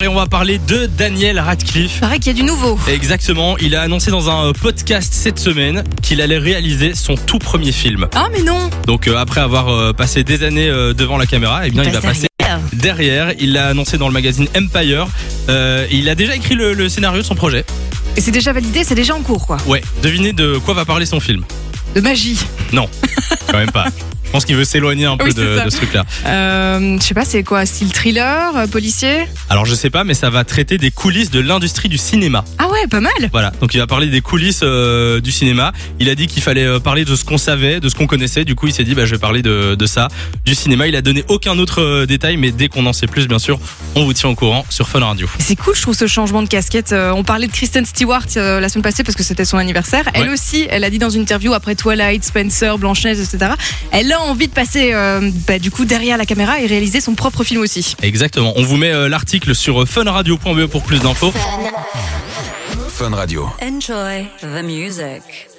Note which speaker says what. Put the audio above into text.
Speaker 1: Et on va parler de Daniel Radcliffe.
Speaker 2: paraît qu'il y a du nouveau.
Speaker 1: Exactement, il a annoncé dans un euh, podcast cette semaine qu'il allait réaliser son tout premier film.
Speaker 2: Ah mais non
Speaker 1: Donc euh, après avoir euh, passé des années euh, devant la caméra, eh bien il va passer
Speaker 2: derrière.
Speaker 1: derrière. Il l'a annoncé dans le magazine Empire. Euh, il a déjà écrit le, le scénario de son projet.
Speaker 2: Et c'est déjà validé, c'est déjà en cours quoi.
Speaker 1: Ouais, devinez de quoi va parler son film.
Speaker 2: De magie.
Speaker 1: Quand même pas. Je pense qu'il veut s'éloigner un peu
Speaker 2: Oui, c'est
Speaker 1: de,
Speaker 2: ça.
Speaker 1: de ce truc-là.
Speaker 2: Euh, je sais pas, c'est quoi Style thriller, euh, policier
Speaker 1: Alors je sais pas, mais ça va traiter des coulisses de l'industrie du cinéma.
Speaker 2: Ah ouais, pas mal.
Speaker 1: Voilà, donc il va parler des coulisses euh, du cinéma. Il a dit qu'il fallait euh, parler de ce qu'on savait, de ce qu'on connaissait. Du coup, il s'est dit, bah, je vais parler de, de ça, du cinéma. Il a donné aucun autre euh, détail, mais dès qu'on en sait plus, bien sûr, on vous tient au courant sur Fun Radio.
Speaker 2: C'est cool, je trouve ce changement de casquette. Euh, on parlait de Kristen Stewart euh, la semaine passée parce que c'était son anniversaire. Elle
Speaker 1: Ouais.
Speaker 2: aussi, elle a dit dans une interview après Twilight, Spencer, Blanchette, etc. Elle a envie de passer euh, bah, du coup derrière la caméra et réaliser son propre film aussi.
Speaker 1: Exactement. On vous met euh, l'article sur euh, funradio.be pour plus d'infos.
Speaker 3: Fun Radio.
Speaker 4: Enjoy the music.